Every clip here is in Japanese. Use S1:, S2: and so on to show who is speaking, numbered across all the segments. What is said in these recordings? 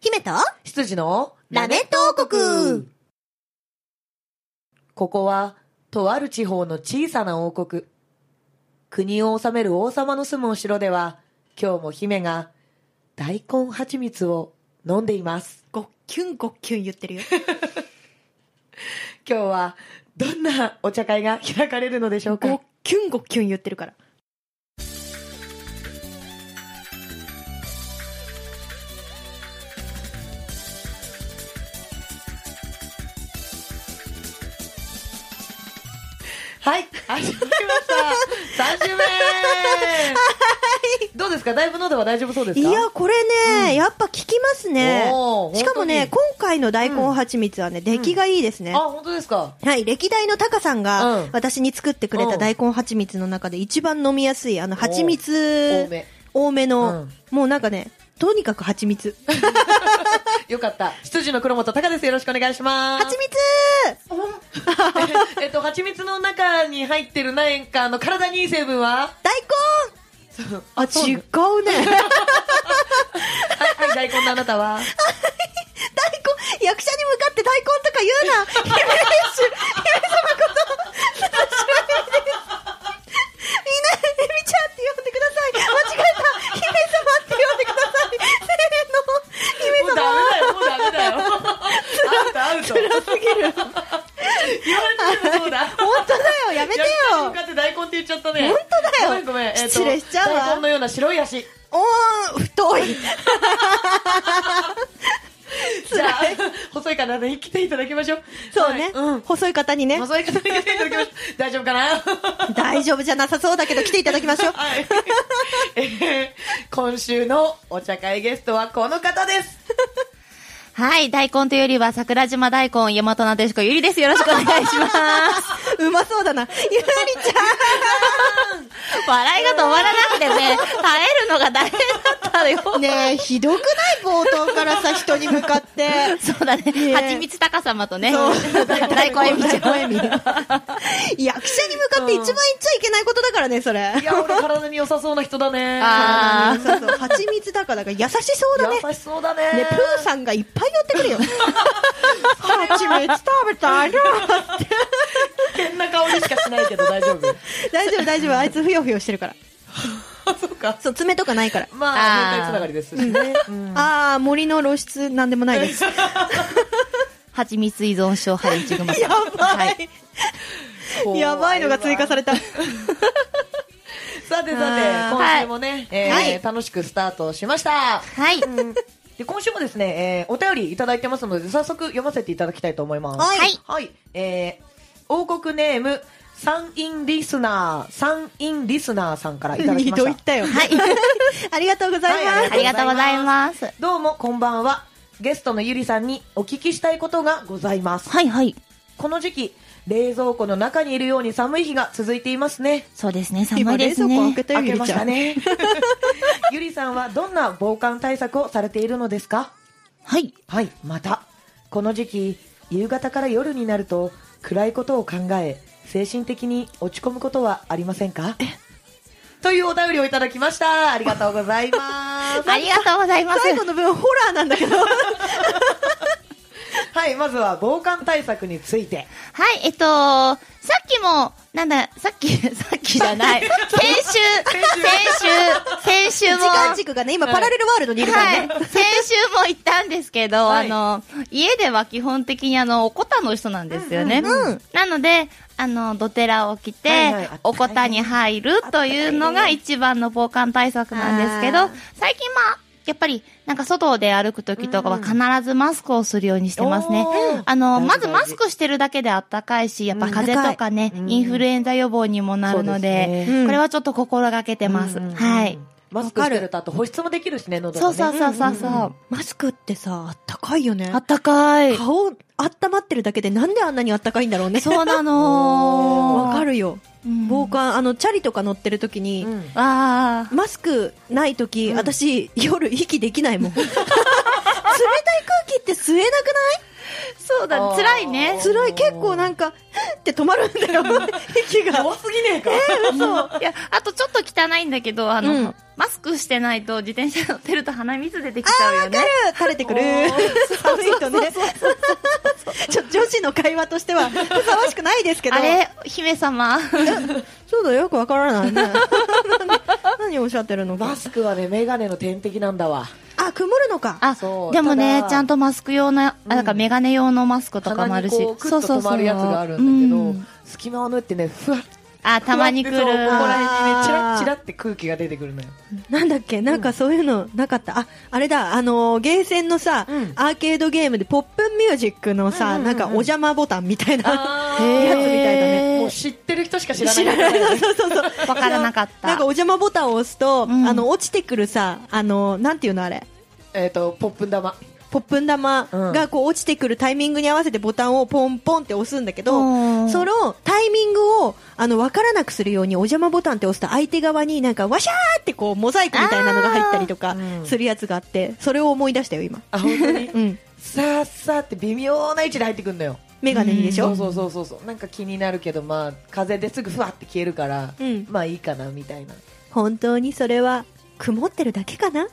S1: 姫と
S2: 羊の
S1: ラメット王国
S2: ここは、とある地方の小さな王国。国を治める王様の住むお城では、今日も姫が大根蜂蜜を飲んでいます。
S1: ごっきゅんごっきゅん言 ってるよ。
S2: 今日は、どんなお茶会が開かれるのでしょう
S1: ごっ
S2: か
S1: きゅんごっきゅん言ってるから。
S2: はい、始まりました。3週目どうですかだいぶ飲んでは大丈夫そうです
S1: い
S2: か
S1: や、これね、やっぱ効きますね
S2: お。ー
S1: しかもね、
S2: 本
S1: 今回の大根蜂蜜はね、出来がいいですね
S2: あ、。本当ですか
S1: はい、歴代のタカさん
S2: う
S1: が
S2: ん
S1: 私に作ってくれた大根蜂蜜の中で一番飲みやすい、あの蜂蜜
S2: 多め
S1: 多め
S2: う
S1: の
S2: ん、
S1: もうなんかね、とにかく蜂蜜。
S2: よかった。羊の黒本隆です。よろしくお願いします。
S1: 蜂蜜
S2: えっと、蜂蜜の中に入ってるなんか、あの、体にいい成分は
S1: 大根あ、
S2: そう
S1: 違うね。
S2: はい、はい、大根のあなたは
S1: 大根、役者に向かって大根とか言うな姫主姫様こと、久しぶりです。みんな、エミちゃんって呼んでください。間違えた姫様って呼んでください。せー
S2: もう
S1: の姫様
S2: ダメだよ、 もうダメだよ。アウト、アウト。
S1: すぎる。
S2: 言われてるそうだ。
S1: 本当だよ、やめて
S2: や
S1: よ
S2: めて向かって大根って言っちゃったね。
S1: 本当だよ
S2: ごめんごめん。えっと
S1: 失礼しちゃうわ
S2: 大根のような白い足。
S1: おー、太い。
S2: じゃあ、細い方に来ていただきましょう。
S1: そうね、
S2: はいうん。
S1: 細い方にね、
S2: 細い方に来ていただきましょう。大丈夫かな
S1: 大丈夫じゃなさそうだけど来ていただきま しょう。
S2: はい。えー今週のお茶会ゲストはこの方です。
S3: はい、大根というよりは桜島大根、大和なでしこゆりです。よろしくお願いします。
S1: うまそうだな。ゆうりちゃん。
S3: 笑いが止まらなくてね、耐えるのが大変だったよ。
S1: ねえ、ひどくない冒頭からさ、人に向かって。
S3: そうだね。
S1: ね
S3: 蜂蜜高様とね、
S1: そう
S3: 大根えみちゃん。
S1: 大根 えみ役者に向かって一番言っちゃいけないことだからね、それ
S2: い。や、俺体に良さそうな人だね。
S3: あ
S1: そうそう、蜂蜜だから、優しそうだね。
S2: 優しそうだ
S1: ね
S2: ね。、
S1: プーさんがいっぱい寄ってくるよ。蜂蜜食べたいな。
S2: 変な香りしかしないけど大丈夫。
S1: 大丈夫、大丈夫。あいつふよふよしてるから。
S2: あ、そうか。
S1: そう、爪とかないから。
S2: ま
S3: あ
S2: あ、
S3: ー
S2: 変態つながりですしね。
S1: あー、森の露出なんでもないです。
S3: 蜂蜜依存症、はい、ちぐまさん。
S1: やば
S3: はい。
S1: い。 やばいのが追加さ
S2: れ
S1: れた。
S2: さてさて、
S1: あー
S2: 今週もね、えー
S1: はい
S2: 楽しくスタートしました。
S3: はい。
S2: で、今週もですね、えーお便りいただいてますので、早速読ませていただきたいと思います。
S1: はい
S3: はい
S2: はい。えー、王国ネーム、山陰リスナー、山陰リスナーさんからいただき
S1: 二
S2: まし
S1: 度
S2: た。
S1: 言ったよ。
S3: はい。
S1: ありがとうございます
S3: あ。りがとうございます。
S2: どうも、こんばんは。ゲストのゆりさんにお聞きしたいことがございます。
S3: はい、はい。
S2: この時期、冷蔵庫の中にいるように寒い日が続いていますね。
S3: そうですね、寒
S1: 今
S3: い
S1: 冷
S3: です
S1: 蔵庫開
S3: ね
S1: け。たよ、
S2: 開け
S1: ゆり
S2: ま
S1: ち
S2: し
S1: ゃ
S2: た
S1: ん。
S2: ね。 ゆりさんはどんな防寒対策をされているのですか
S3: はい。
S2: はい、また。この時期、夕方から夜になると暗いことを考え、精神的に落ち込むことはありませんかというお便りをいただきました。ありがとうござい ます。
S3: ありがとうございます。
S1: 最後の分ホラーなんだけど。
S2: はい、まずは防寒対策について。
S3: はい、えっと、さっきも、なんだ、さっき、 さっきじゃない。 先週、先週、先週も。
S1: 時間軸がね、今パラレルワールドにいるからね。
S3: はい、先週も言ったんですけど、
S2: はい
S3: あの家では基本的にあのおこたの人なんですよね、
S1: うんうんうん
S3: なのであのドテラを着て、
S2: はいはい
S3: おこたに入るというのが一番の防寒対策なんですけど
S1: あー
S3: 最近まあやっぱりなんか外で歩く時とかは必ずマスクをするようにしてますね、
S2: おー
S3: あの
S2: 大事
S3: まず
S2: 大事
S3: マスクしてるだけであったかいしやっぱ風邪とかね、
S2: うん
S3: インフルエンザ予防にもなるので
S2: そうです
S1: ね
S3: これはちょっと心がけてます、
S2: うんうんうん
S3: はい。
S2: マスクしてるとあと保湿もできるしね、喉が
S3: そう
S2: ね。
S3: そうそうそうそう、
S1: マスクってさ、あったかいよね
S3: あ。ったかい。
S1: 顔、温まってるだけでなんであんなにあったかいんだろうね。
S3: そうなの。
S1: わか
S3: る。
S1: るよ。
S3: うん、
S1: 僕は、あの、チャリとか乗ってる時に、
S2: うん
S3: あ
S1: マスクない時、
S2: うん
S1: 私、夜息できない もん。冷たい空気って吸えなくない
S3: あ。そうだ、辛いね。
S1: 辛い。結構なんか、って止まるんだよ息が
S2: 弱すぎねえか、
S3: いや、あとちょっと汚いんだけど、あの、
S1: うん
S3: マスクしてないと自転車乗ってると鼻水出てきちゃうよ
S1: わか
S3: ね
S1: る。垂れてくる寒いとねちょ女子の会話としてはふさわしくないですけど
S3: あれ、姫様。
S1: そうだよよくわからないね 何何をおっしゃってるのか
S2: マスクはねメガネの天敵なんだわ
S1: あ曇るのか
S3: あ
S2: そ、う
S3: でも
S2: た
S3: ね
S2: だ、
S3: ちゃんとマスク用の、あ、なんかメガネ用のマスクとかもあ
S2: 鼻
S3: る
S2: に
S3: し
S2: こう。クッと止まるやつがあるんだけど
S3: うん
S2: 隙間を縫ってねふわっ
S3: あ、たまに来る。
S2: ふわってそうここら
S1: ら
S2: 辺にねチラ
S1: あー
S2: ッチラって空気が出てくるのよ
S1: なんだっけなんかそういうのなかった、ああれだあのーゲーセンのさ、
S2: うん
S1: アーケードゲームでポップンミュージックのさ、
S2: うんうんうん
S1: なんかお邪魔ボタンみたいな
S2: あ
S3: ー
S1: やつみたいだね
S2: もう知ってる人しか知らない
S1: 知らないそうそうそう
S3: わからなかった
S1: なんかお邪魔ボタンを押すと、
S3: うん
S1: あの落ちてくるさあのなんていうのあれ
S2: えっとポップン玉
S1: ポップン玉
S2: うん
S1: がこう落ちてくるタイミングに合わせてボタンをポンポンって押すんだけど、
S3: うん
S1: そのタイミングをあの分からなくするようにお邪魔ボタンって押すと相手側になんかワシャーってこうモザイクみたいなのが入ったりと
S2: あ
S1: か
S2: ー
S1: するやつがあってそれを思い出したよ今、
S2: あ本当に
S1: うん、
S2: さあさあって微妙な位置で入ってくるのよ
S1: メガネにでし
S2: そ
S1: ょ
S2: うそうそうそうそうなんか気になるけどまあ風ですぐふわって消えるから、
S1: うん
S2: まあいいかなみたいな
S1: 本当にそれは曇ってるだけかな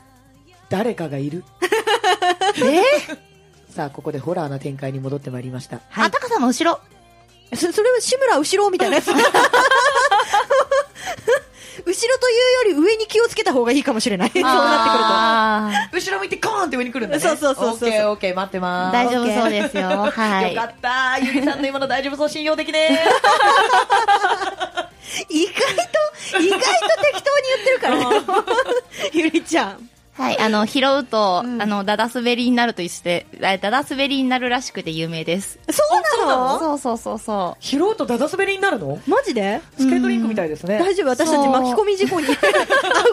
S2: 誰かがい るえさあここでホラーな展開に戻ってまいりました
S3: あ、タカさんの後ろ。
S1: そそれは志村後ろみたい なやつ後ろというより上に気をつけた方がいいかもしれないそうなって
S3: なってくる
S2: 後ろ向いてコーンって上に来るんだね
S1: そうそうそうそう
S2: オッケーオッケー待ってま
S3: 大
S2: ーす
S3: 丈夫そうですよ。は
S2: よ
S3: い
S2: か。ったゆりさんの今の大丈夫そう信用できねえ
S1: くると意外と意外と適当に言ってるからね ゆりちゃん
S3: はい、あの、拾うと、あの、ダダ滑りになるとして、あダダ滑りになるらしくて有名です。
S1: そうなの
S3: そうそうそうそ
S2: 拾うとダダ滑りになるの
S1: マジで
S2: スケートリンクみたいですね
S1: 大丈夫私たち巻き込み事故に 遭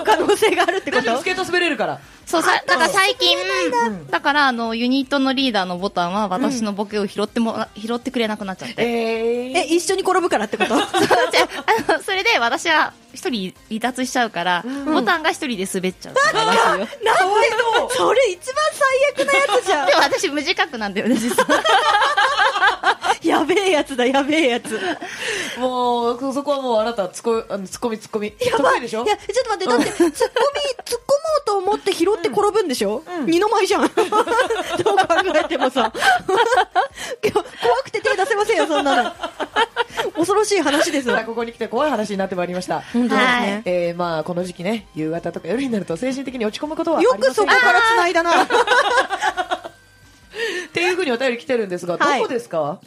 S1: う可能性があるってこ
S2: 大丈夫
S1: と
S2: スケート滑れるから
S3: う。そう、さ、だから最近、だから、あの、ユニットのリーダーのボタンは、私のボケを拾ってもら、拾ってくれなくなっちゃって。
S2: え
S1: え一緒に転ぶ からってこ
S3: じ
S1: と
S3: ゃああのそれで私は一人離脱しちゃうから、ボタンが一人で滑っちゃうかららしいよ
S1: なんでそれ一番最悪なやつじゃん
S3: でも私無自覚なんだよね実は
S1: やべえやつだやべえやつ
S2: ー、もうそそこはもうあなたツッコあのツッコミツッコミ得意でしょ
S1: いや、ちょっと待って、だって、突っ込み、突っ込もうと思って拾って転ぶんでしょ、
S2: うん
S1: 二の舞じ ゃん。どう考えてもさ。怖くて手出せませんよ、そんなの。恐ろしい話ですよ。
S2: さあここに来て怖い話になってまいりました
S1: 本当ですね
S3: はい
S2: えーまあこの時期ね夕方とか夜になると精神的に落ち込むことはあり
S1: よ
S2: ません
S1: くそこから繋いだな。
S2: っていうふうにお便り来てるんですが、
S1: はい
S2: どこですか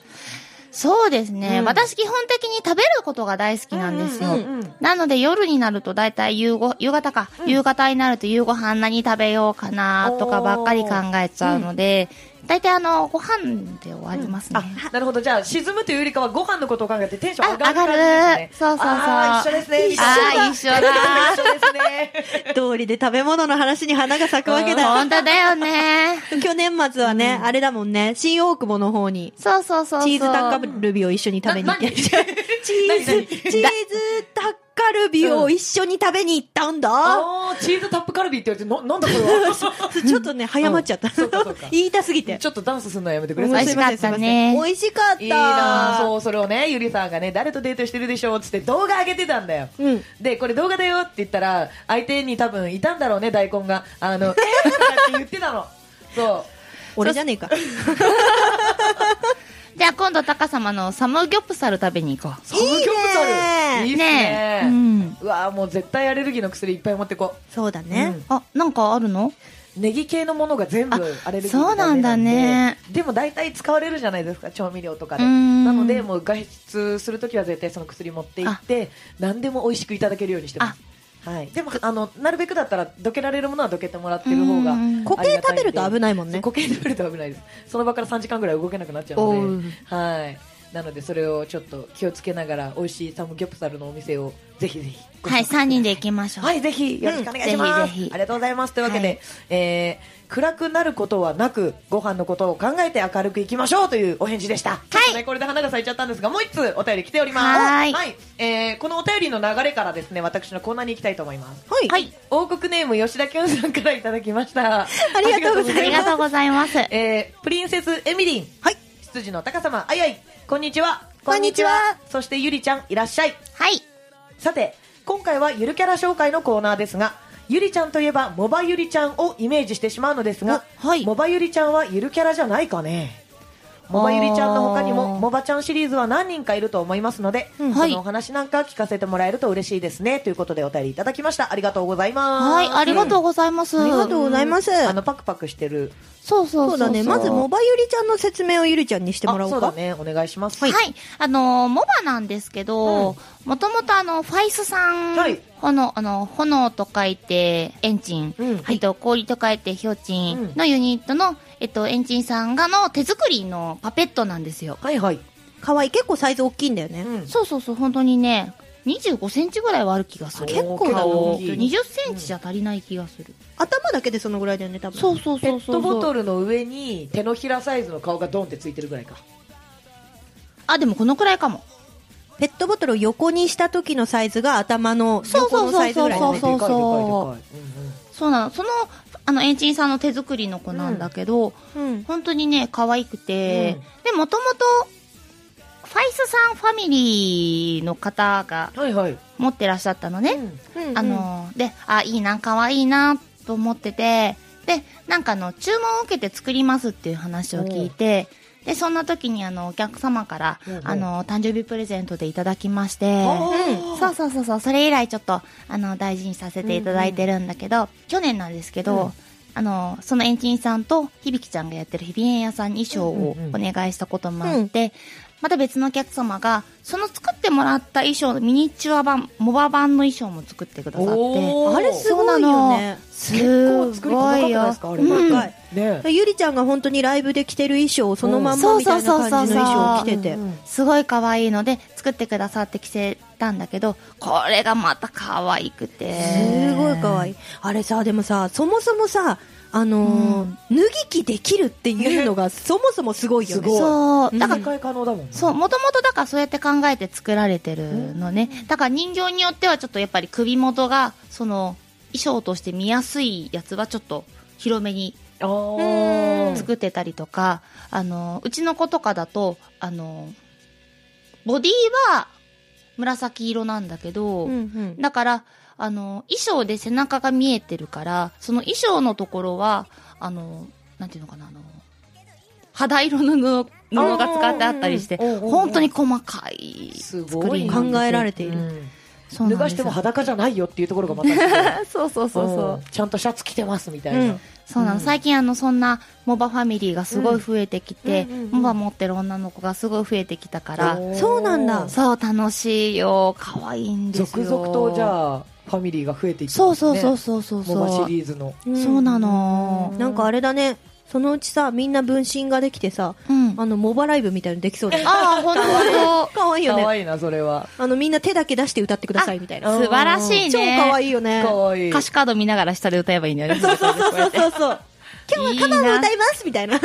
S3: そうですね、
S2: うん
S3: 私基本的に食べることが大好きなんですよ、
S2: うんうんうん
S3: なので夜になると大体夕ご夕方か、夕方になると夕ご飯何食べようかなとかばっかり考えちゃうので、大体あのご飯で終わりますね、
S2: あなるほどじゃあ沈むというよりかはご飯のことを考えてテンション上がる
S3: あ上がる
S2: 感じですね
S3: そうそうそう
S2: あー一緒ですね
S3: 一緒だあー一緒だ
S2: 一緒ですね
S1: 通りで食べ物の話に花が咲くわけだ。
S3: 本当だよね
S1: 去年末はね、あれだもんね、新大久保の方に、
S3: そうそうそうそう
S1: チーズタッカルビを一緒に食べに行って。
S2: な何
S1: チーズ、
S2: 何何
S1: チーズタッカルビを一緒に食べに行ったんだ。
S2: あーチーズタップカルビって言われてななんだこれ
S1: ちょっとね、早まっちゃった。
S2: そうかそうか
S1: 言いたすぎ
S2: は
S1: て。
S2: ちょっとダンスするのはやめてく
S1: う
S2: だ
S1: ん
S2: さい
S3: 美味しかっ
S1: すいませんすい
S3: た
S1: ませ
S3: ね
S1: 美味しかった。
S2: いいなあそうそれをねゆりさんがね誰とデートしてるでしょうっつって動画上げてたんだよ、
S1: うん
S2: でこれ動画だよって言ったら相手に多分いたんだろうね大根があのえーとかって言ってたのそう
S1: 俺じゃねえか。
S3: じゃあ今度タカ様のサムギョプサル食べに行こう
S2: サムギョプサル
S1: い
S2: いい
S3: ね
S2: っすね
S3: えうん
S2: うわあもう絶対アレルギーの薬いっぱい持ってこ
S1: そうだね。
S3: あなんかあるの
S2: うネギ系のものが全部
S3: あ
S2: アレルギー
S3: そうなんだね
S2: ダメなんででも大体使われるじゃないですか調味料とかで
S3: うん
S2: なのでもう外出するときは絶対その薬持って行って何でも美味しくいただけるようにしてますはい、でもあのなるべくだったらどけられるものはどけてもらってる方が
S3: うん
S1: 固形食べると危
S2: い
S1: ないもん
S2: そ
S1: ね
S2: う。固形食べると危ないですその場から3時間ぐらい動けなくなっちゃうのではいなのでそれをちょっと気をつけながら美味しいサムギョプサルのお店をぜひぜひご紹
S3: は
S2: 介
S3: い3人で行きましょう
S2: はい、ぜひよろしくお願いします。
S3: うんぜひぜひ
S2: ありがとうございます。というわけで、
S3: はい
S2: えー暗くなることはなく、ご飯のことを考えて明るくいきましょうというお返事でした。はいね、これで花が咲いちゃったんですが、もう一通お便り来ております。
S3: はーい
S2: えーこのお便りの流れからですね、私のコーナーに行きたいと思います。
S1: はい。
S3: はい
S2: 王国ネーム吉田きゅんさんからいただきました。あ
S1: りがとうございます
S3: ありがとうございます。
S2: えープリンセスエミリン。
S1: はい。
S2: 執事の高様、あいあい。こんにちは。こんにちは。そしてゆりちゃん、いらっしゃい。
S3: はい。
S2: さて、今回はゆるキャラ紹介のコーナーですが、ゆりちゃんといえば、モバゆりちゃんをイメージしてしまうのですが、
S3: おはい
S2: モバゆりちゃんはゆるキャラじゃないかね。モバゆりちゃんの他に
S3: あ
S2: も、
S3: ー
S2: モバちゃんシリーズは何人かいると思いますので、
S3: ん
S2: そ
S3: はい
S2: のお話なんか聞かせてもらえると嬉しいですね。ということでお便りいただきました。ありがとうございます。
S3: はい、ありがとう
S2: う
S3: ございます。
S1: ありがとうございます。
S2: んあの、パクパクしてる。
S3: そうそうそう
S1: そうだね。まず、モバゆりちゃんの説明をゆりちゃんにしてもら
S2: あ、
S1: お
S2: そううだ
S1: か。
S2: ね。お願いします。
S3: はい、あのーモバなんですけど、もともとあの、ファイスさん、
S2: はい
S3: 炎、あの、炎と書いて、エンチン、
S2: うん
S3: えっと、氷と書いて、ひょうち
S2: うん
S3: んのユニットの、えっと、エンチンさんがの手作りのパペットなんですよ。
S2: はいはい。
S1: かわいい。結構サイズ大きいんだよね。
S2: うん
S3: そうそうそう、本当にね、25センチぐらいはある気がする。
S2: 結構
S1: だな
S3: 顔
S2: 大きい
S3: 20センチじゃ足りない気がする。
S1: 頭だけでそのぐらいだよね、多分。
S3: そうそう
S2: ペ
S3: そう
S2: ッ
S3: そう。
S2: トボトルの上に手のひらサイズの顔がドンってついてるぐらいか。
S3: あ、でもこのくらいかも。
S1: ペットボトルを横にした時のサイズが頭の横のサイズぐらいだ
S3: そう
S1: よね。
S3: そうそう
S2: でかいでかいでかいうんうん
S3: そうなの。その、あの、エンチンさんの手作りの子なんだけど、
S1: うん。
S3: 本当にね、可愛くて、で、もともと、ファイスさんファミリーの方が
S2: はいはい。
S3: 持ってらっしゃったのね。
S1: うん
S3: あ、の、で、あ、いいな、可愛いな、と思ってて、で、なんかあの、注文を受けて作りますっていう話を聞いて、で、そんな時にあの、お客様から
S2: うんう、ん
S3: あの、誕生日プレゼントでいただきまして、
S2: あ
S3: そうそうそうそう、それ以来ちょっと、あの、大事にさせていただいてるんだけど、去年なんですけど、
S2: うん
S3: あの、そのエンチンさんと、ひびきちゃんがやってるひびえん屋さんに衣装を
S2: うんうん
S3: お
S2: うん
S3: 願いしたこともあって、また別のお客様が、その作ってもらった衣装、ミニチュア版、モバ版の衣装も作ってくださって、
S2: おー
S1: あれすごいよね。
S3: す
S2: 結構作り細かくないですかあれ
S3: ごいよ
S2: うん
S1: はい
S2: ね
S1: ゆりちゃんが本当にライブで着てる衣装をそのまんまみたいな感じの衣装を着てて。
S3: すごい可愛いので、作ってくださって着せたんだけど、これがまた可愛くて。
S1: すごい可愛い。あれさ、でもさ、そもそもさ、あのー、脱ぎ着できるっていう のがそもそもすごいよ
S2: すごい
S1: ね。
S3: そう。だ
S2: だ
S3: か
S2: からら、可能だもんね。
S3: そう、もともとだからそうやって考えて作られてるのね。だから人形によってはちょっとやっぱり首元が、その、衣装として見やすいやつはちょっと広めに
S2: あー
S3: 作ってたりとか、あの、うちの子とかだと、あの、ボディは紫色なんだけど、
S1: うんうん
S3: だから、あの、衣装で背中が見えてるから、その衣装のところは、あの、なんていうのかな、あの、肌色の布布が使ってあったりして、
S2: うんうんうんうん
S3: 本当に細かい
S2: す
S3: 作
S2: ごい
S3: り
S2: ね
S3: なんですよ。
S1: 考えられている。
S2: うん
S3: そうなんで
S2: 脱が
S3: すよ
S2: しても裸じゃないよっていうところがまたすごい。
S3: そうそうそうそう
S2: う。んちゃんとシャツ着てますみたいうなん
S3: そうなの、
S2: うん
S3: 最近あのそんなモバファミリーがすごい増えてきて、
S1: うんうんうんうん
S3: モバ持ってる女の子がすごい増えてきたから、
S2: おー
S1: そうなんだ
S3: そう楽しいよ可愛いんです
S2: 続
S3: よ
S2: 々とじゃあ、ファミリーが増えていった
S3: そ
S2: ん
S3: う
S2: です
S3: そ
S2: ね
S3: うそうそうそう
S2: モバ
S3: そ
S2: シ
S3: う、
S2: リーズの。
S1: うん
S3: そうなの
S1: なんかあれだね、そのうちさ、みんな分身ができてさ、
S3: うん
S1: あの、モバライブみたいのできそうだ よね。
S3: ああ、ほん とほんと。
S1: かわいいよ
S2: 可
S1: ね。
S2: 愛いな、それは。
S1: あの、みんな手だけ出して歌ってくださいみたいな。
S3: 素晴らしいね。
S1: 超かわ
S3: い
S1: いいよね。
S2: 可愛い
S3: 歌詞カード見ながら下で歌えばいいんだ よね。そうそうそう
S1: そうそう。今日はカバーを歌いますみたい な。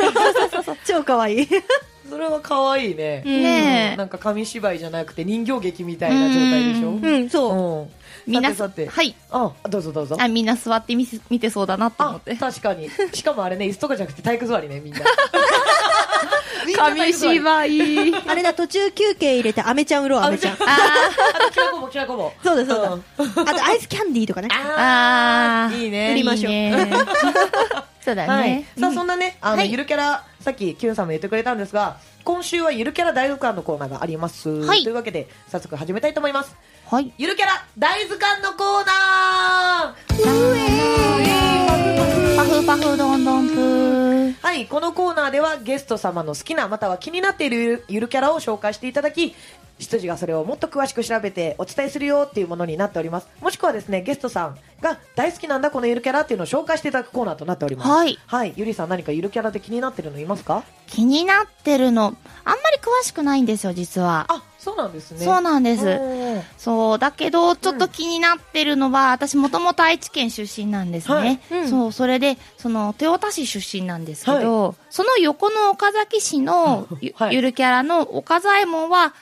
S1: 超かわいい。
S2: それは可愛いね。
S1: うん
S3: ねえ
S2: なんか紙芝居じゃなくて人形劇みたいな状態でしょ。
S3: うん
S1: うん、そう。
S2: うん。
S3: みんな、
S2: さてさて。
S3: はい。
S2: あ、どうぞどうぞ。
S3: あ、みんな座って見せ見てそうだなと思
S2: あ
S3: って、。
S2: 確かに。しかもあれね、椅子とかじゃなくて体育座りね、みんな。
S3: 紙芝 居。
S1: あれだ、途中休憩入れて、アメちゃん売ろう、アメちゃん。
S3: あ
S2: あきなこもきなこも。
S1: そうだ、そうだ。
S2: うん
S1: あと、アイスキャンディーとかね。
S3: ーあー。
S2: いいね
S1: 売りましょう
S3: いいね そうだ
S2: はい
S3: ね。。
S2: さあ、そんなね、あ
S3: は
S2: の、
S3: い
S2: ゆるキャラ、さっき、キュンさんも言ってくれたんですが、今週はゆるキャラ大図鑑のコーナーがあります。
S3: はい
S2: というわけで、早速始めたいと思います。
S3: はい。
S2: ゆるキャラ大図鑑のコーナー
S3: パフパフどんどんぷー。
S2: はい、このコーナーではゲスト様の好きなまたは気になっているゆるキャラを紹介していただき、執事がそれをもっと詳しく調べてお伝えするよっていうものになっております。もしくはですね、ゲストさんが大好きなんだこのゆるキャラっていうのを紹介していただくコーナーとなっております。
S3: はい。
S2: はい、ゆりさん何かゆるキャラで気になってるのいますか
S3: 気になってるの、あんまり詳しくないんですよ、実は。
S2: あ、そうなんですね。
S3: そうなんです。
S2: うん
S3: そう、だけど、ちょっと気になってるのは、私もともと愛知県出身なんですね。
S2: はい
S1: うん
S3: そう、それで、その、豊田市出身なんですけど、その横の岡崎市のゆ,、
S2: はい
S3: ゆるキャラの岡左衛門は、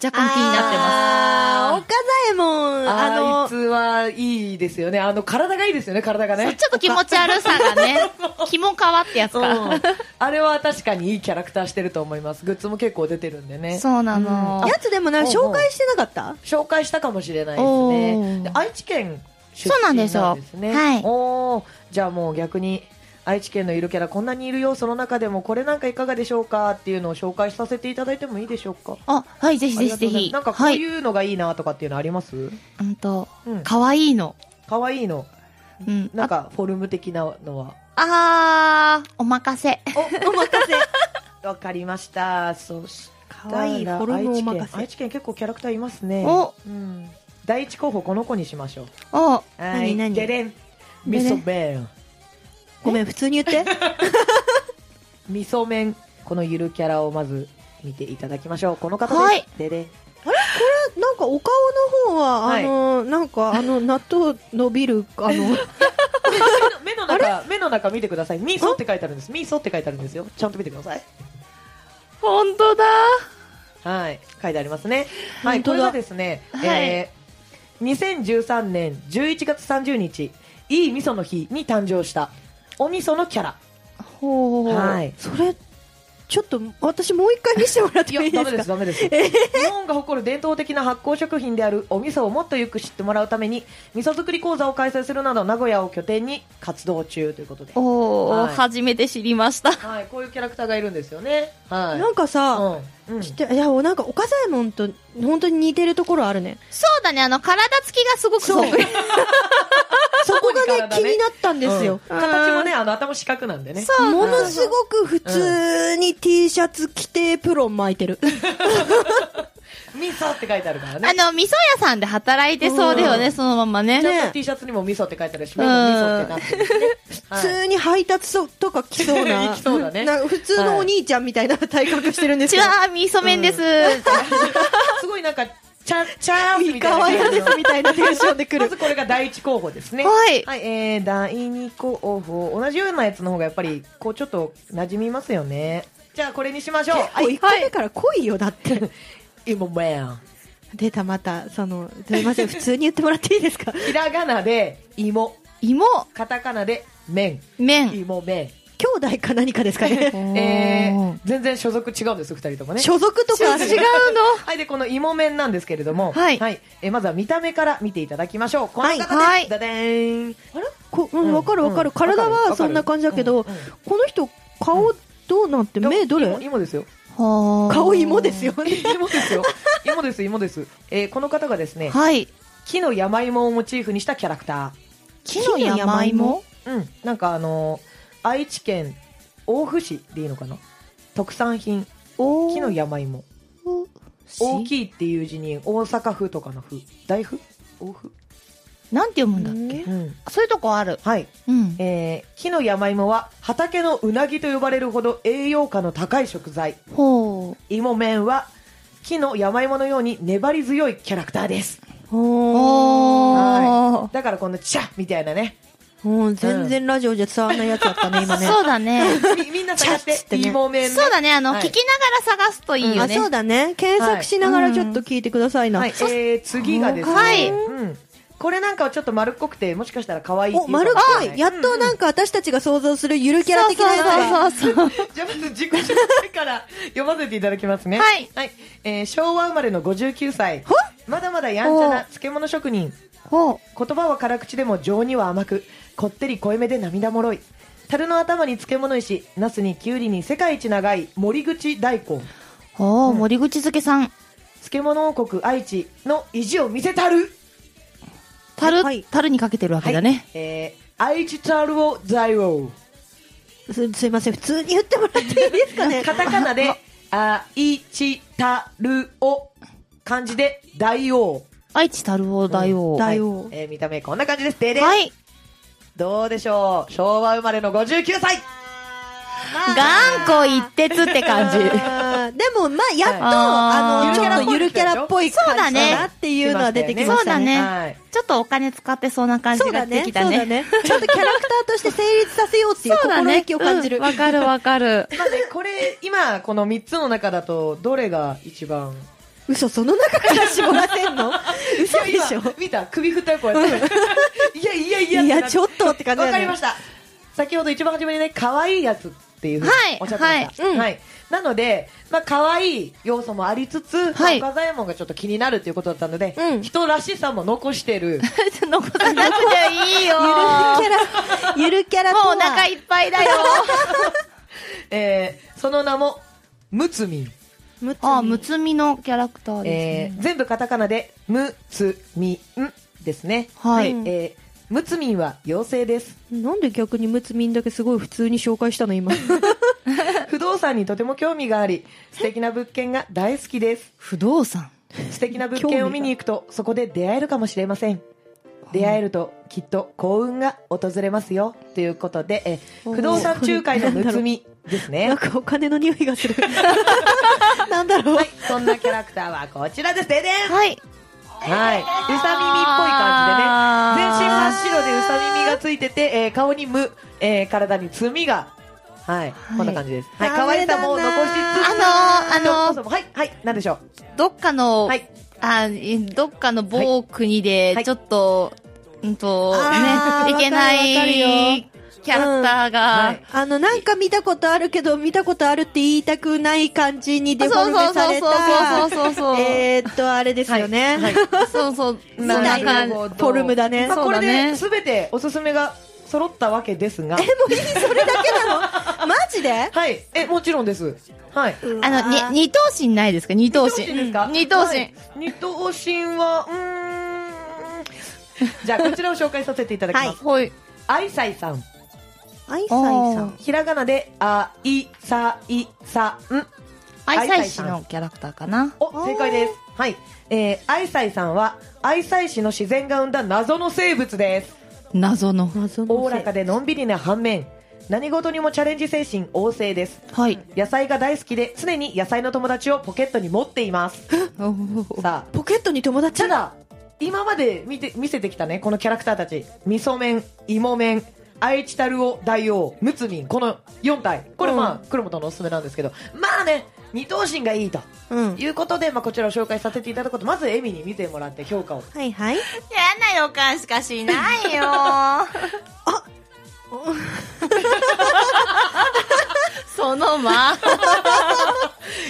S3: 若干気になってます。
S1: あー岡左衛門、あ
S2: あい
S1: の
S2: つ、はいいですよね。あの、体がいいですよね、体が
S3: そう
S2: ね。
S3: ちょっと気持ち悪さがね、 肝皮ってやつ
S2: う
S3: か
S2: ん。あれは確かにいいキャラクターしてると思います。グッズも結構出てるんでね。
S3: そうなの。
S1: やつでもなんか紹介してなかった
S2: 紹介したかもしれないです
S3: お
S2: ね。
S3: ー
S2: で愛知県出
S3: そうな
S2: 身
S3: ん
S2: なん
S3: で
S2: です
S3: すよ
S2: ね。
S3: はい
S2: おーじゃあもう逆に愛知県のいるキャラこんなにいるよその中でもこれなんかいかがでしょうかっていうのを紹介させていただいてもいいでしょうか。
S3: あ、はい、ぜひ
S2: あ
S3: ぜ
S2: り
S3: ひ
S2: が
S3: ぜ
S2: とうございます
S3: ひ。
S2: なんかこう
S3: はいい。
S2: うのがいいなとかっていうのあります？
S3: うんと、
S2: うん。
S3: 可愛いの。
S2: 可愛いの。
S3: うん。
S2: なんかフォルム的なのは。
S3: あー、お任せ。
S2: お、お任 せ。わかりました。そし
S1: 可愛いフォルムをお任
S2: 愛
S1: せ
S2: 知県愛知県結構キャラクターいますね。
S3: お
S2: うん。第一候補この子にしましょう。
S3: お、
S2: はい
S1: 何何
S2: デレン。味噌麺。
S1: ごめん、普通に言って。
S2: 味噌麺。このゆるキャラをまず見ていただきましょう。この方です。
S3: はい
S2: デレン。
S1: なんかお顔の方 は、
S2: は
S1: あ
S2: い
S1: の、なんかあの、納豆伸び る、あの、
S2: 目の中、目の中見てください。味噌って書いてあるんです。味噌って書いてあるんですよ。ちゃんと見てください。
S3: 本当だ。
S2: はい、書いてありますね。はい、こ
S1: 本当だ
S2: れがですね、えー2013年11月30日、いい味噌の日に誕生した、お味噌のキャラ。
S3: ほう。
S2: はい。
S1: それ、ちょっと、私もう一回見せてもらって
S2: い
S1: い い
S2: や、
S1: です
S2: ダ
S1: か
S2: メです、ダメです。日本が誇る伝統的な発酵食品であるお味噌をもっとよく知ってもらうために、味噌作り講座を開催するなど、名古屋を拠点に活動中ということで。
S3: おー、
S2: はい
S3: 初めて知りました。
S2: はい、こういうキャラクターがいるんですよね。はい。
S1: なんかさ、
S2: うんうん
S1: ちょっといや、なんか岡左衛門と本当に似てるところある ね。
S3: そうだね、あの、体つきがすごくそっくり。
S1: そ こがね、
S2: 体
S1: 気になったんですよ。
S2: うん形もね、あの、頭四角なんでね。
S3: そう
S1: ものすごく普通に T シャツ着てプロン巻いてる。
S2: 味噌って書いてあるからね
S3: あ。の、味噌屋さんで働いてそうだよね、
S2: うん
S3: そのままね。
S2: ちゃん
S1: ね
S2: と T シャツにも味噌って書いてあるし、目も味噌ってなってるしね。
S1: 普
S2: はい
S1: 通に配達そとか着そう な。
S2: 着そうだね
S1: なんか普通のお兄ちゃんみたいな体格してるんで
S3: う
S1: す
S3: ち
S1: よ。
S3: は味噌麺です。
S2: すごいなんか、チャ、チャーンみ
S1: 三
S2: た
S1: 河
S2: いな
S1: 屋
S2: 感じ
S1: で
S2: の。
S1: すみ たいなテンションで来
S2: ま
S1: る
S2: ず。これが第一候補ですね。
S3: はい
S2: えー、第二候補。同じようなやつの方がやっぱり、こうちょっと馴染みますよね。じゃあこれにしましょう。は
S1: もう
S2: い。
S1: 1個目から来いよ、だって。
S2: 今もや
S1: 出た、また、その、すみ ません、普通に言ってもらっていいですか
S2: ひらがなで、芋。
S3: 芋、
S2: カタカナで、麺。
S3: 麺。
S2: 芋麺。
S1: 兄弟か何かです か
S2: え
S1: ね。
S2: ー、全然所属違うんです、二人ともね。
S1: 所属と か
S3: 違うの。
S2: はい、で、この芋麺なんですけれども、
S3: はい
S2: えーまずは見た目から見ていただきましょう。この方です。
S3: はいはい
S2: だでーん。
S1: あれこ、う
S2: うん
S1: ん、わかるわか
S2: う
S1: る。
S2: ん
S1: 体
S2: わかる
S1: はそんな感じだけ
S2: わ
S1: ど
S2: かるうん、
S1: この人、顔どうなって、目ど
S2: 芋
S1: れ
S2: 芋ですよ。
S3: はー
S1: 顔芋ですよね。
S2: 芋ですよ。芋です、芋です。えーこの方がですね、
S3: はい。
S2: 木の山芋をモチーフにしたキャラクタ
S3: 木の山芋
S2: ー。うん。なんかあのー愛知県大府市でいいのかな特産品、木の山芋。大
S3: い。
S2: きいっていう字に大阪府とかの府。大府大府
S3: なんて読むんだっけ
S2: うん。
S3: そういうとこある。
S2: はい。
S3: うん。
S2: えー木の山芋は畑のうなぎと呼ばれるほど栄養価の高い食材。
S3: ほう。
S2: 芋麺は木の山芋のように粘り強いキャラクターです。
S1: おー
S3: おー。
S2: だからこのチャッみたいなね。
S1: もう全然ラジオじゃ伝わらないやつだったね、今ね。
S3: そうだね。
S2: みみんな探
S1: チャッつ
S2: し、
S1: ってて ね
S2: 芋麺ね
S3: そうだね、あの、
S2: はい
S3: 聞きながら探すといいよ
S1: あ
S3: ね。
S1: そうだね。検索しながらちょっと聞いてくださいな。
S2: はい、えー、次がですね、
S3: はい
S2: うん、これなんかはちょっと丸っこくて、もしかしたら可愛いってい
S1: お、
S2: うかもし
S1: 丸
S2: れ
S1: っ
S2: ない
S1: こい。やっとなんか私たちが想像するゆるキャラ的なやつが。
S3: そうそうそうそう。
S2: じゃあまず自己紹介から読ませていただきますね。
S3: はい
S2: えー昭和生まれの59歳。まだまだやんちゃな漬物職人。
S3: ほ
S2: 言葉は辛口でも情には甘く、こってり濃いめで涙もろい。樽の頭に漬物石、ナスにきゅうりに世界一長い森口大根。
S3: う。ほう、森口漬けさん。
S2: 漬物王国愛知の意地を見せたる。
S3: たる、
S1: はい
S3: たるにかけてるわけだね。
S2: えー、愛知タルを在王。
S1: すすいません、普通に言ってもらっていいですかね。
S2: カタカナで、あ、いち、た、る、お。漢字で、大王。
S3: 愛知たるお大王。
S1: ん大王
S2: はいえー見た目こんな感じです。でで、
S3: はい。
S2: どうでしょう昭和生まれの59歳
S3: 頑固一徹って感じ。
S1: あーでも、まあ、やっと、
S3: あー
S1: あの、ちょっとゆるキャラっぽい感じだ
S3: そうだ
S1: な
S3: ね
S1: っていうのは出てきましたね。
S3: ね
S2: はい。
S3: ちょっとお金使ってそうな感じ
S1: そう
S3: が
S1: だ
S3: して
S1: ね。
S3: き
S1: そう
S3: た
S1: だ
S3: ね。
S1: ね。ちょっとキャラクターとして成立させようっていう心意気を感じる
S3: うん。わ、かるわかる。
S2: まあね、これ、今、この3つの中だと、どれが一番
S1: 嘘その中から絞らせんの嘘でしょ
S2: 今見た首振ったよこう やっていやいやい
S1: い
S2: やっ
S1: や
S2: てなって
S1: ちょっとって感じ
S2: わ
S1: だ
S2: か
S1: ね
S2: りました先ほど一番初めにね可愛いやつっていうふうに
S3: はい
S2: おっしゃってました、
S1: はいうん
S2: なので、まあ可愛い要素もありつつ、
S3: はい
S2: 岡左衛門がちょっと気になるということだったので、
S1: うん
S2: 人らしさも残してる
S3: 残さ なくていいよ。
S1: ゆる
S3: も
S1: キャラゆるキャラと
S3: うお腹
S1: はい
S3: っぱいだよ。
S2: えーその名もむつみん、
S1: むつみ
S3: あ、むつみのキャラクター
S2: え
S3: で
S2: ー
S3: すね。
S2: 全部カタカナでむつみんですね
S3: はい。
S1: うん
S2: えー、むつみんは妖精です。
S1: なんで逆にむつみんだけすごい普通に紹介したの 今
S2: 不動産にとても興味があり、素敵な物件が大好きです。
S3: 不動産。
S2: 素敵な物件を見に行くと、そこで出会えるかもしれません。出会えると、きっと幸運が訪れますよ。ということで、えー
S1: おー
S2: 不動産仲介のむつみです
S1: な
S2: ね。
S1: んかお金の匂いがするなんだろう、
S2: はい、そんなキャラクターはこちらです。ででん
S3: はい。
S2: はい。うさ耳っぽい感じでね。全身真っ白でうさ耳がついてて、えー顔に無、えー体に罪が。はい、
S3: い
S2: こんな感じです。はい。
S1: ダ
S2: 可愛
S1: メ
S2: さ
S1: だな
S2: も残しつつ。
S3: あのーあのー
S2: そうそうはい、はい、なんでしょう。
S3: どっかの、
S2: はい。
S3: あえどっかの某国で
S2: はい、
S3: ちょっと、うんと、
S1: あー
S3: ね、いけな
S1: わかるわかる
S3: いキャラクター
S2: は
S3: が
S2: い、
S1: あのなんか見たことあるけど見たことあるって言いたくない感じにデフォルメされ
S3: そう
S1: た
S3: そうそうそうそうそう
S1: えーっとあれですよね、
S2: はい。
S3: そうそう、そ
S1: み
S3: ん
S1: たい
S3: な感
S1: な
S3: じ。
S1: フォルムだね
S2: まあ、
S3: そ
S2: こ
S3: う
S2: れ
S3: だね
S2: で全ておすすめが揃ったわけですが。
S1: それだけなのマジで
S2: はい。え、もちろんです。はい。
S3: あの、に二等身ないですか二等
S2: 二
S3: 身。
S2: ですか
S3: うん二等身。
S2: はい二等身は、うーん。じゃあ、こちらを紹介させてい ただきます。
S3: ほい。
S2: アイサイさん。
S1: アイサイさ
S3: あ
S1: ん
S2: ひらがなで、あ、い、さ、い、さ、ん。
S3: 愛妻師のキャラクターかな。
S2: お、正解です。はい。えー、アイサイさんは、愛妻市の自然が生んだ謎の生物です。
S3: 謎の。
S1: 謎の
S2: おおらかでのんびりな反面、何事にもチャレンジ精神旺盛です。
S3: はい。
S2: 野菜が大好きで、常に野菜の友達をポケットに持っています。 さあ、
S1: ポケットに友達
S2: ただ、今まで見て、見せてきたね、このキャラクターたち。味噌麺、芋麺、愛知たるを大王、むつみん、この4体。これまあ、黒本のおすすめなんですけど、まあね、二等身がいいと
S1: うん
S2: いうことで、まあこちらを紹介させていただくこと、まずエミに見てもらって評価を。
S1: はいはい
S3: 嫌な予感しかしないよ。あ そのま。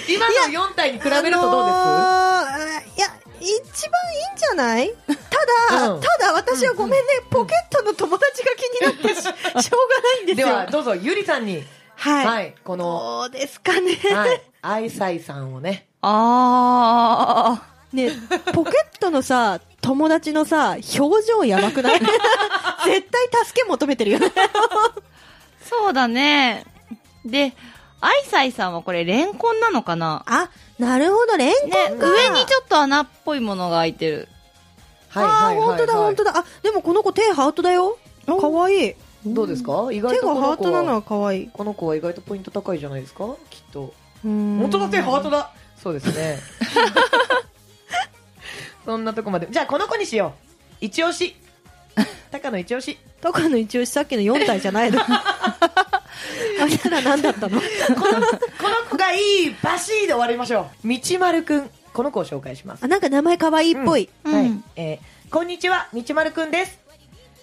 S2: 今の4体に比べるとどうです、
S1: あのーいや、一番いいんじゃないただ、
S2: うん
S1: ただ私はごめんね、ポケットの友達が気に なってししょうがないんです
S2: で
S1: よ。
S2: は、どうぞ、ゆりさんに、
S1: はい。
S2: はい、この、
S1: どうですかね。
S2: はい。アイサイさんをね。
S3: ああ。
S1: ね、ポケットのさ、友達のさ、表情やばく ない絶対助け求めてるよね。
S3: そうだね。で、愛妻さんはこれ、レンコンなのかな
S1: あ、なるほど、レンコン
S3: ね、上にちょっと穴っぽいものが開いてる。
S2: はいはいはい、はい。
S1: あ、本当だ、本当だ。あ、でもこの子手ハートだよ。かわいい。
S2: どうですか意外
S1: 手
S2: とこ
S1: がハ
S2: の
S1: ー
S2: 子
S1: トなの
S2: は
S1: はかわいい。
S2: この子は意外とポイント高いじゃないですかきっと。
S1: 本
S2: 本当だ、手ハートだそうです ね。そんなとこまで。じゃあ、この子にしよう。一押し。高野一押し。
S1: 高野一押しさっきの4体じゃない のあれら何だった
S2: この、
S1: の
S2: この子がいいバシーで終わりましょう。道丸くん。この子を紹介します。
S1: あなんか名前可愛いっぽい、
S3: うん
S2: はい。えーこんにちは、道丸くんです。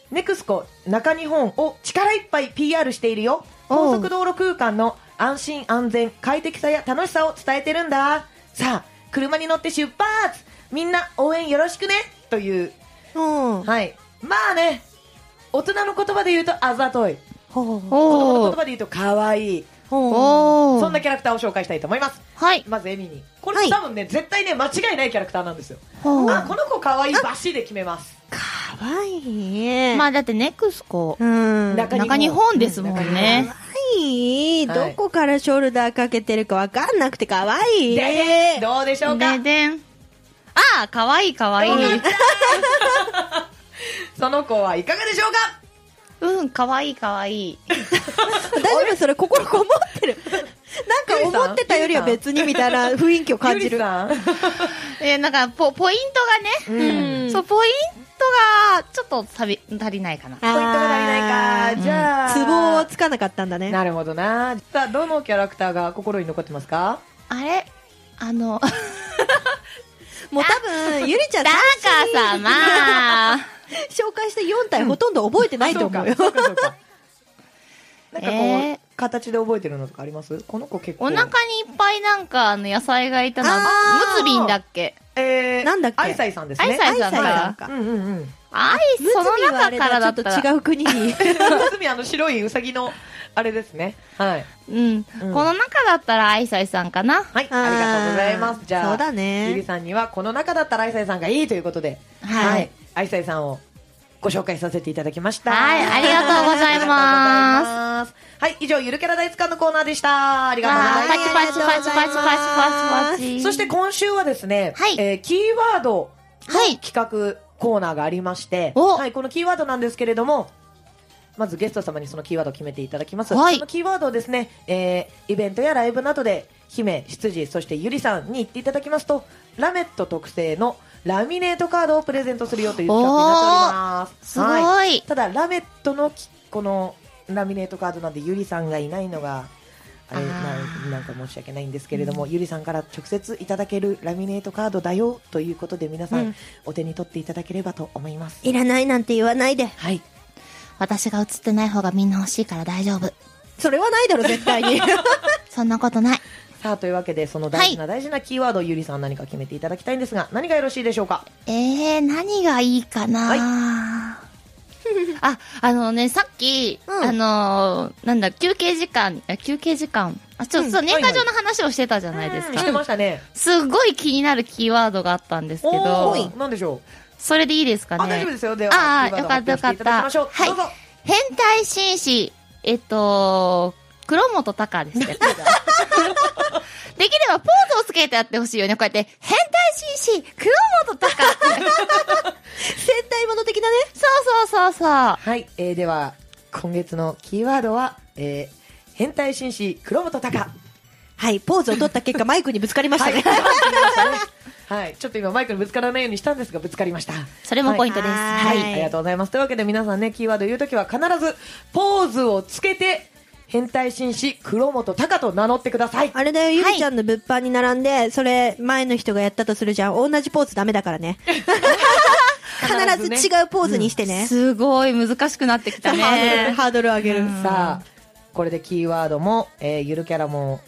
S2: ネクスコ中日本を力いっぱい PR しているよ。
S1: おう
S2: 高速道路空間の安心安全、快適さや楽しさを伝えてるんだ。さあ、車に乗って出発みんな応援よろしくねという、
S1: うんは
S2: はい。まあね、大人の言葉で言うとあざとい。
S1: ほう
S2: 子供の言
S3: お
S2: 葉で言うと可愛い。
S1: ほう
S3: お
S2: そんなキャラクターを紹介したいと思います。
S3: はい。
S2: まずエミに。これ、
S1: はい
S2: 多分ね、絶対ね、間違いないキャラクターなんですよ。
S1: ほう
S2: あ、この子可愛いバシで決めます。
S1: 可愛い
S3: まあ、だってネクスコ
S1: う、ん
S2: 中
S3: 中日本ですもんね。
S1: 可愛い
S2: は
S1: ど
S2: い
S1: こからショルダーかけてるかわかんなくて可愛い
S2: でどうでしょうか
S3: ででん。ああ、かわいいかわいい。
S2: その子はいかがでしょうか
S3: うん、かわいいかわいい。
S1: 大丈夫それ心こもっ てるなんか思ってたよりは別にみたいな雰囲気を感じ
S2: ゆり
S1: る
S2: さん
S3: えー、なんかポ、ポイントがね、
S1: うん
S3: そう、ポイントが、ちょっと足り足りないかな。
S1: あー
S2: ポイントが足りないかじゃあ
S1: ツボをつかなかったんだね
S2: なるほどなさあどのキャラクターが心に残ってますか
S3: あれあの、
S1: もう多分、ゆりちゃん、
S3: ダーカー様
S1: 紹介した4体ほとんど覚えてないと思うよ。
S2: そうかそうかそうか なんかこう、
S3: えー
S2: 形で覚えてるのとかありますこの子結構
S3: お腹にいっぱいなんか、あの、野菜がいたな。
S1: あー
S3: むつびんだっけ
S2: えー、
S1: なんだっけ
S2: アイサイさんですね
S3: アイサイさん
S1: アイサイ
S3: か
S1: さんか
S2: うんうんうん
S3: あい、
S1: むつ
S3: その
S1: みはあ
S3: 中
S1: れ
S3: からだ
S1: だ
S3: った
S1: ちょ
S3: ら
S1: っと違う国に。
S2: 夏あの白いウサギのあれですねはい
S3: うん。この中だったら、アイサイさんかな。
S2: はいありがとうございますじゃあ
S1: そうだ
S2: ゆり
S1: ね。
S2: さんにはこの中だったらアイサイさんがいいということで
S3: はい
S2: アイサイさんをご紹介させていただきました
S3: はいありがとうございます
S2: ありがとうございますはい以上ゆるキャラ大図鑑のコーナーでしたありがとうご
S3: わ
S2: ざ
S3: ー
S2: い
S3: パ
S2: ま
S3: チ
S2: す
S3: パチパチパチパチパチパチ。
S2: そして、今週はですね、
S3: はい
S2: えーキーワード
S3: はい。
S2: 企画コーナーがありまして、
S3: お
S2: はい、このキーワードなんですけれども、まずゲスト様にそのキーワードを決めていただきます。
S3: はい
S2: そのキーワードをですね、えーイベントやライブなどで、姫、執事、そしてゆりさんに言っていただきますと、ラメット特製のラミネートカードをプレゼントするよという企画になっております。
S3: すご。
S2: はいただ、ラメットのきこのラミネートカードなんで、ゆりさんがいないのが、あれ
S3: あー
S2: なんなんか申し訳ないんですけれども、ゆりさんから直接いただけるラミネートカードだよということで、皆さん、
S1: うん
S2: お手に取っていただければと思います。
S1: いらないなんて言わないで。
S2: はい、
S3: 私が映ってない方がみんな欲しいから大丈夫。
S1: それはないだろ、絶対 に。
S3: そんなことない。
S2: さあというわけで、その大事な大事なキーワードをゆりさん、何か決めていただきたいんですが、何がよろしいでしょうか。
S3: えー、何がいいかな、
S2: はい
S3: あ、あのね、さっき、
S1: うん
S3: あのーなんだ、休憩時間、あ休憩時間、あ、ちょっ
S2: うん
S3: と、そう年
S2: はい
S3: 賀
S2: はい
S3: 状の話をしてたじゃないです
S2: うんして
S3: か。
S2: ましたね。
S3: すごい気になるキーワードがあったんですけ
S2: お
S3: ど、
S2: ー、なんでしょう。
S3: それでいいですか
S2: あ、大丈夫で
S3: ね。
S2: すよ。では、
S3: あー
S2: キーワードを発表していだきましょう
S3: よかった
S2: ど
S3: よ
S2: う
S3: か
S2: ぞ
S3: っ変態紳士、えっと、黒本隆 ですね。できればポーズをつけてやってほしいよね。こうやって、変態紳士、黒本隆 って。
S1: 戦隊もの的なね。
S3: そうそうそうそう。
S2: はい、えーでは今月のキーワードは、えー変態紳士黒本隆
S1: はい、ポーズを取った結果、マイクにぶつかりまし
S2: は
S1: た
S2: い、
S1: ね。
S2: はい、ちょっと今マイクにぶつからないようにしたんですがぶつかりました
S3: それもポイントです。
S1: は
S3: はい
S2: はい
S3: い。
S2: い、ありがとうございますというわけで皆さんねキーワード言うときは必ずポーズをつけて変態紳士黒本隆と名乗ってください
S1: あれだよ、ゆ
S3: はい
S1: りちゃんの物販に並んで、それ、前の人がやったとするじゃん。同じポーズダメだからね。
S2: ずね
S1: 必ず違うポーズにしてね。
S3: すごい難しくなってきた
S1: ハードル
S3: ね。
S1: ハードル上げる。
S2: さあこれでキーワードも、えーゆるキャラも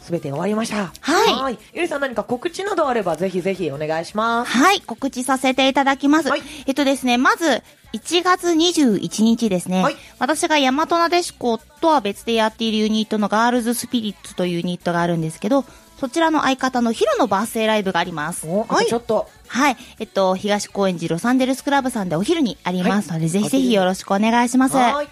S2: すべて終わりました
S3: はい
S2: ゆりさん何か告知などあればぜひぜひお願いします
S3: はい、告知させていただきます。
S2: はい
S3: えっとですね、まず、1月21日ですね。
S2: はい
S3: 私が大和なでしことは別でやっているユニットのガールズスピリッツというユニットがあるんですけど、そちらの相方のヒロのバースデーライブがあります。
S2: おあとちょっと
S3: はい。えっと、東高円寺ロサンゼルスクラブさんでお昼にありますので、ぜひぜひよろしくお願いします。
S2: はい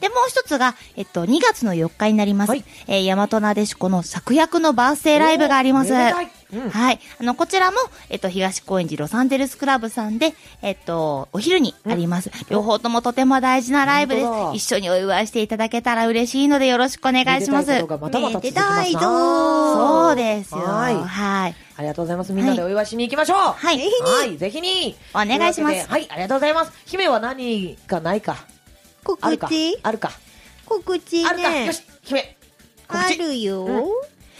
S3: で、もう一つが、えっと、2月の4日になります。
S2: はい
S3: えー、大和なでしこの作役のバースデーライブがあります。
S2: おーめでたいうん
S3: はい。あの、こちらも、えっと、東高円寺ロサンゼルスクラブさんで、えっと、お昼にあります。両方ともとても大事なライブです
S2: 本当だ。
S3: 一緒にお祝いしていただけたら嬉しいのでよろしくお願いします。
S2: めでたいことがまたまた続きますな
S1: めでたいぞ
S3: そうですよ。
S2: はい
S3: はい。
S2: ありがとうございます。みんなでお祝いしに行きましょう。はいぜひに。はい、ぜひに。
S3: お願いします
S2: とうわけではい、ありがとうございます。姫は何がないか。あ
S1: 告
S2: るか。
S1: 知
S2: あるか。
S1: 告知
S2: あるか。
S1: ね
S2: よ。し、姫。告
S1: あ
S2: 知。
S1: るよ。
S2: うん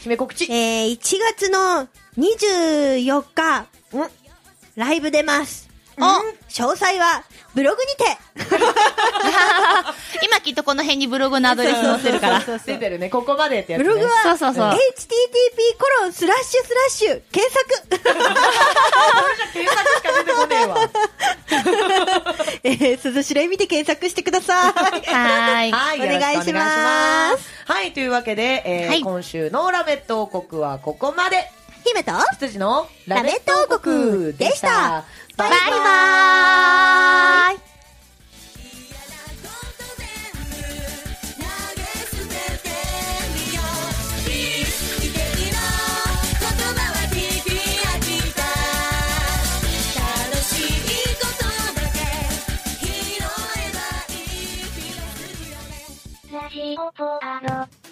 S2: 姫告知。
S1: えー、1月の24日、
S2: うん。うん
S1: ライブ出ます。
S2: うん
S1: 詳細は、ブログにて。
S3: 今きっとこの辺にブログのアドレス載せる から。
S1: そうそうそう
S2: 出てるね。ここまでってやつ、
S1: ブ
S2: ね。
S1: ログは、
S3: そうそうそう
S1: http コロンスラッシュスラッシュ検索、
S2: 検索しか出てこねえわ。
S1: えー、鈴代意味で検索してください。
S3: はい。
S2: はい、よろく
S1: お願いします。
S2: はい、というわけで、えー
S3: はい
S2: 今週のラメット王国はここまで。
S1: 姫と、
S2: 羊のラ
S1: ラ
S2: メ
S1: メ
S2: ッ
S1: ッ
S2: ト
S1: ト
S2: 王
S1: 王
S2: 国
S1: 国
S2: で
S1: で
S2: し
S1: したた。
S3: バイバーイ
S4: ラジオポアド。